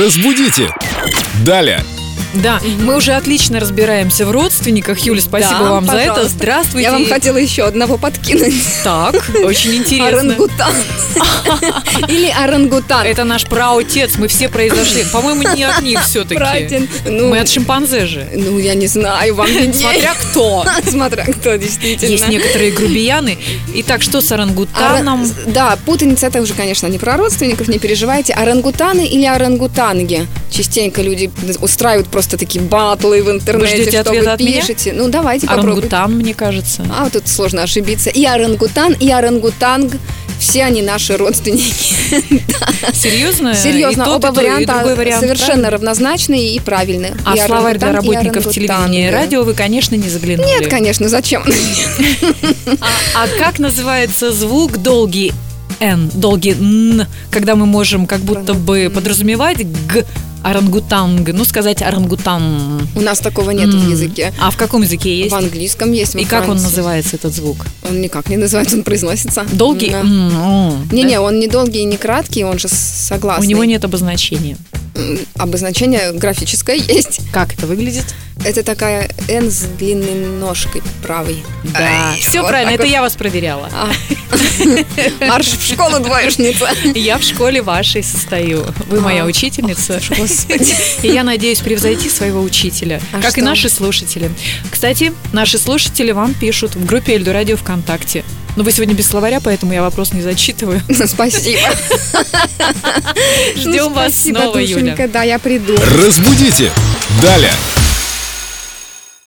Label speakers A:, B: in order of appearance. A: Разбудите! Далее!
B: Да, мы уже отлично разбираемся в родственниках. Юля, спасибо
C: Да,
B: вам за это.
C: пожалуйста.
B: Здравствуйте.
C: Я вам хотела еще одного подкинуть.
B: Так, очень интересно.
C: Орангутан. Или орангутан.
B: Это наш праотец, мы все произошли. По-моему, не от них все-таки.
C: Правильно. Ну,
B: Мы от шимпанзе же.
C: ну, я не знаю, вам виднее.
B: Смотря кто.
C: Смотря кто, действительно.
B: Есть некоторые грубияны. Итак, что с орангутаном?
C: Оран- Да, путаница это уже, конечно, не про родственников, не переживайте. Орангутаны или орангутанги. Частенько люди устраивают просто такие батлы в интернете,
B: ждете
C: что
B: ответа
C: вы
B: от меня?
C: пишете. Ну, давайте попробуем.
B: Орангутан, мне кажется.
C: А, вот тут сложно ошибиться. И орангутан, и орангутанг. Все они наши родственники.
B: Серьезно?
C: Серьезно,
B: Э, И тот,
C: А, оба
B: и то- и
C: варианта
B: другой вариант,
C: совершенно
B: правильно?
C: равнозначные и правильные.
B: А
C: И
B: словарь для
C: орангутан, и
B: работников телевидения и
C: орангутанга.
B: радио вы, конечно, не заглянули.
C: Нет, конечно, зачем?
B: А как называется звук долгий «н», долгий «н», когда мы можем как будто бы подразумевать «г» орангутанг, ну, сказать орангутан.
C: У нас такого нет в
B: М.
C: языке.
B: А в каком языке есть?
C: В английском есть. во
B: И как он
C: Франции.
B: называется, этот звук?
C: Он никак не называется, он произносится.
B: Долгий
C: Да.
B: «н», м, да?
C: Не-не, он не долгий и не краткий, он же с-
B: У
C: согласный.
B: него нет обозначения.
C: М, Обозначение графическое есть.
B: Как это выглядит?
C: Это такая N с длинной ножкой правой.
B: Да,
C: Ай,
B: все
C: вот
B: правильно,
C: так
B: это
C: вот.
B: я вас проверяла.
C: А. Марш в школу, двоечница.
B: Я в школе вашей состою. Вы моя
C: А.
B: учительница.
C: Господи.
B: И я надеюсь превзойти своего учителя,
C: А
B: как и
C: что?
B: наши слушатели. Кстати, наши слушатели вам пишут в группе Эльду Радио ВКонтакте. Но вы сегодня без словаря, поэтому я вопрос не зачитываю.
C: Спасибо.
B: Ждем
C: Ну,
B: вас
C: спасибо,
B: снова, Юля.
C: душенька, Да, я приду.
A: Разбудите! Далее!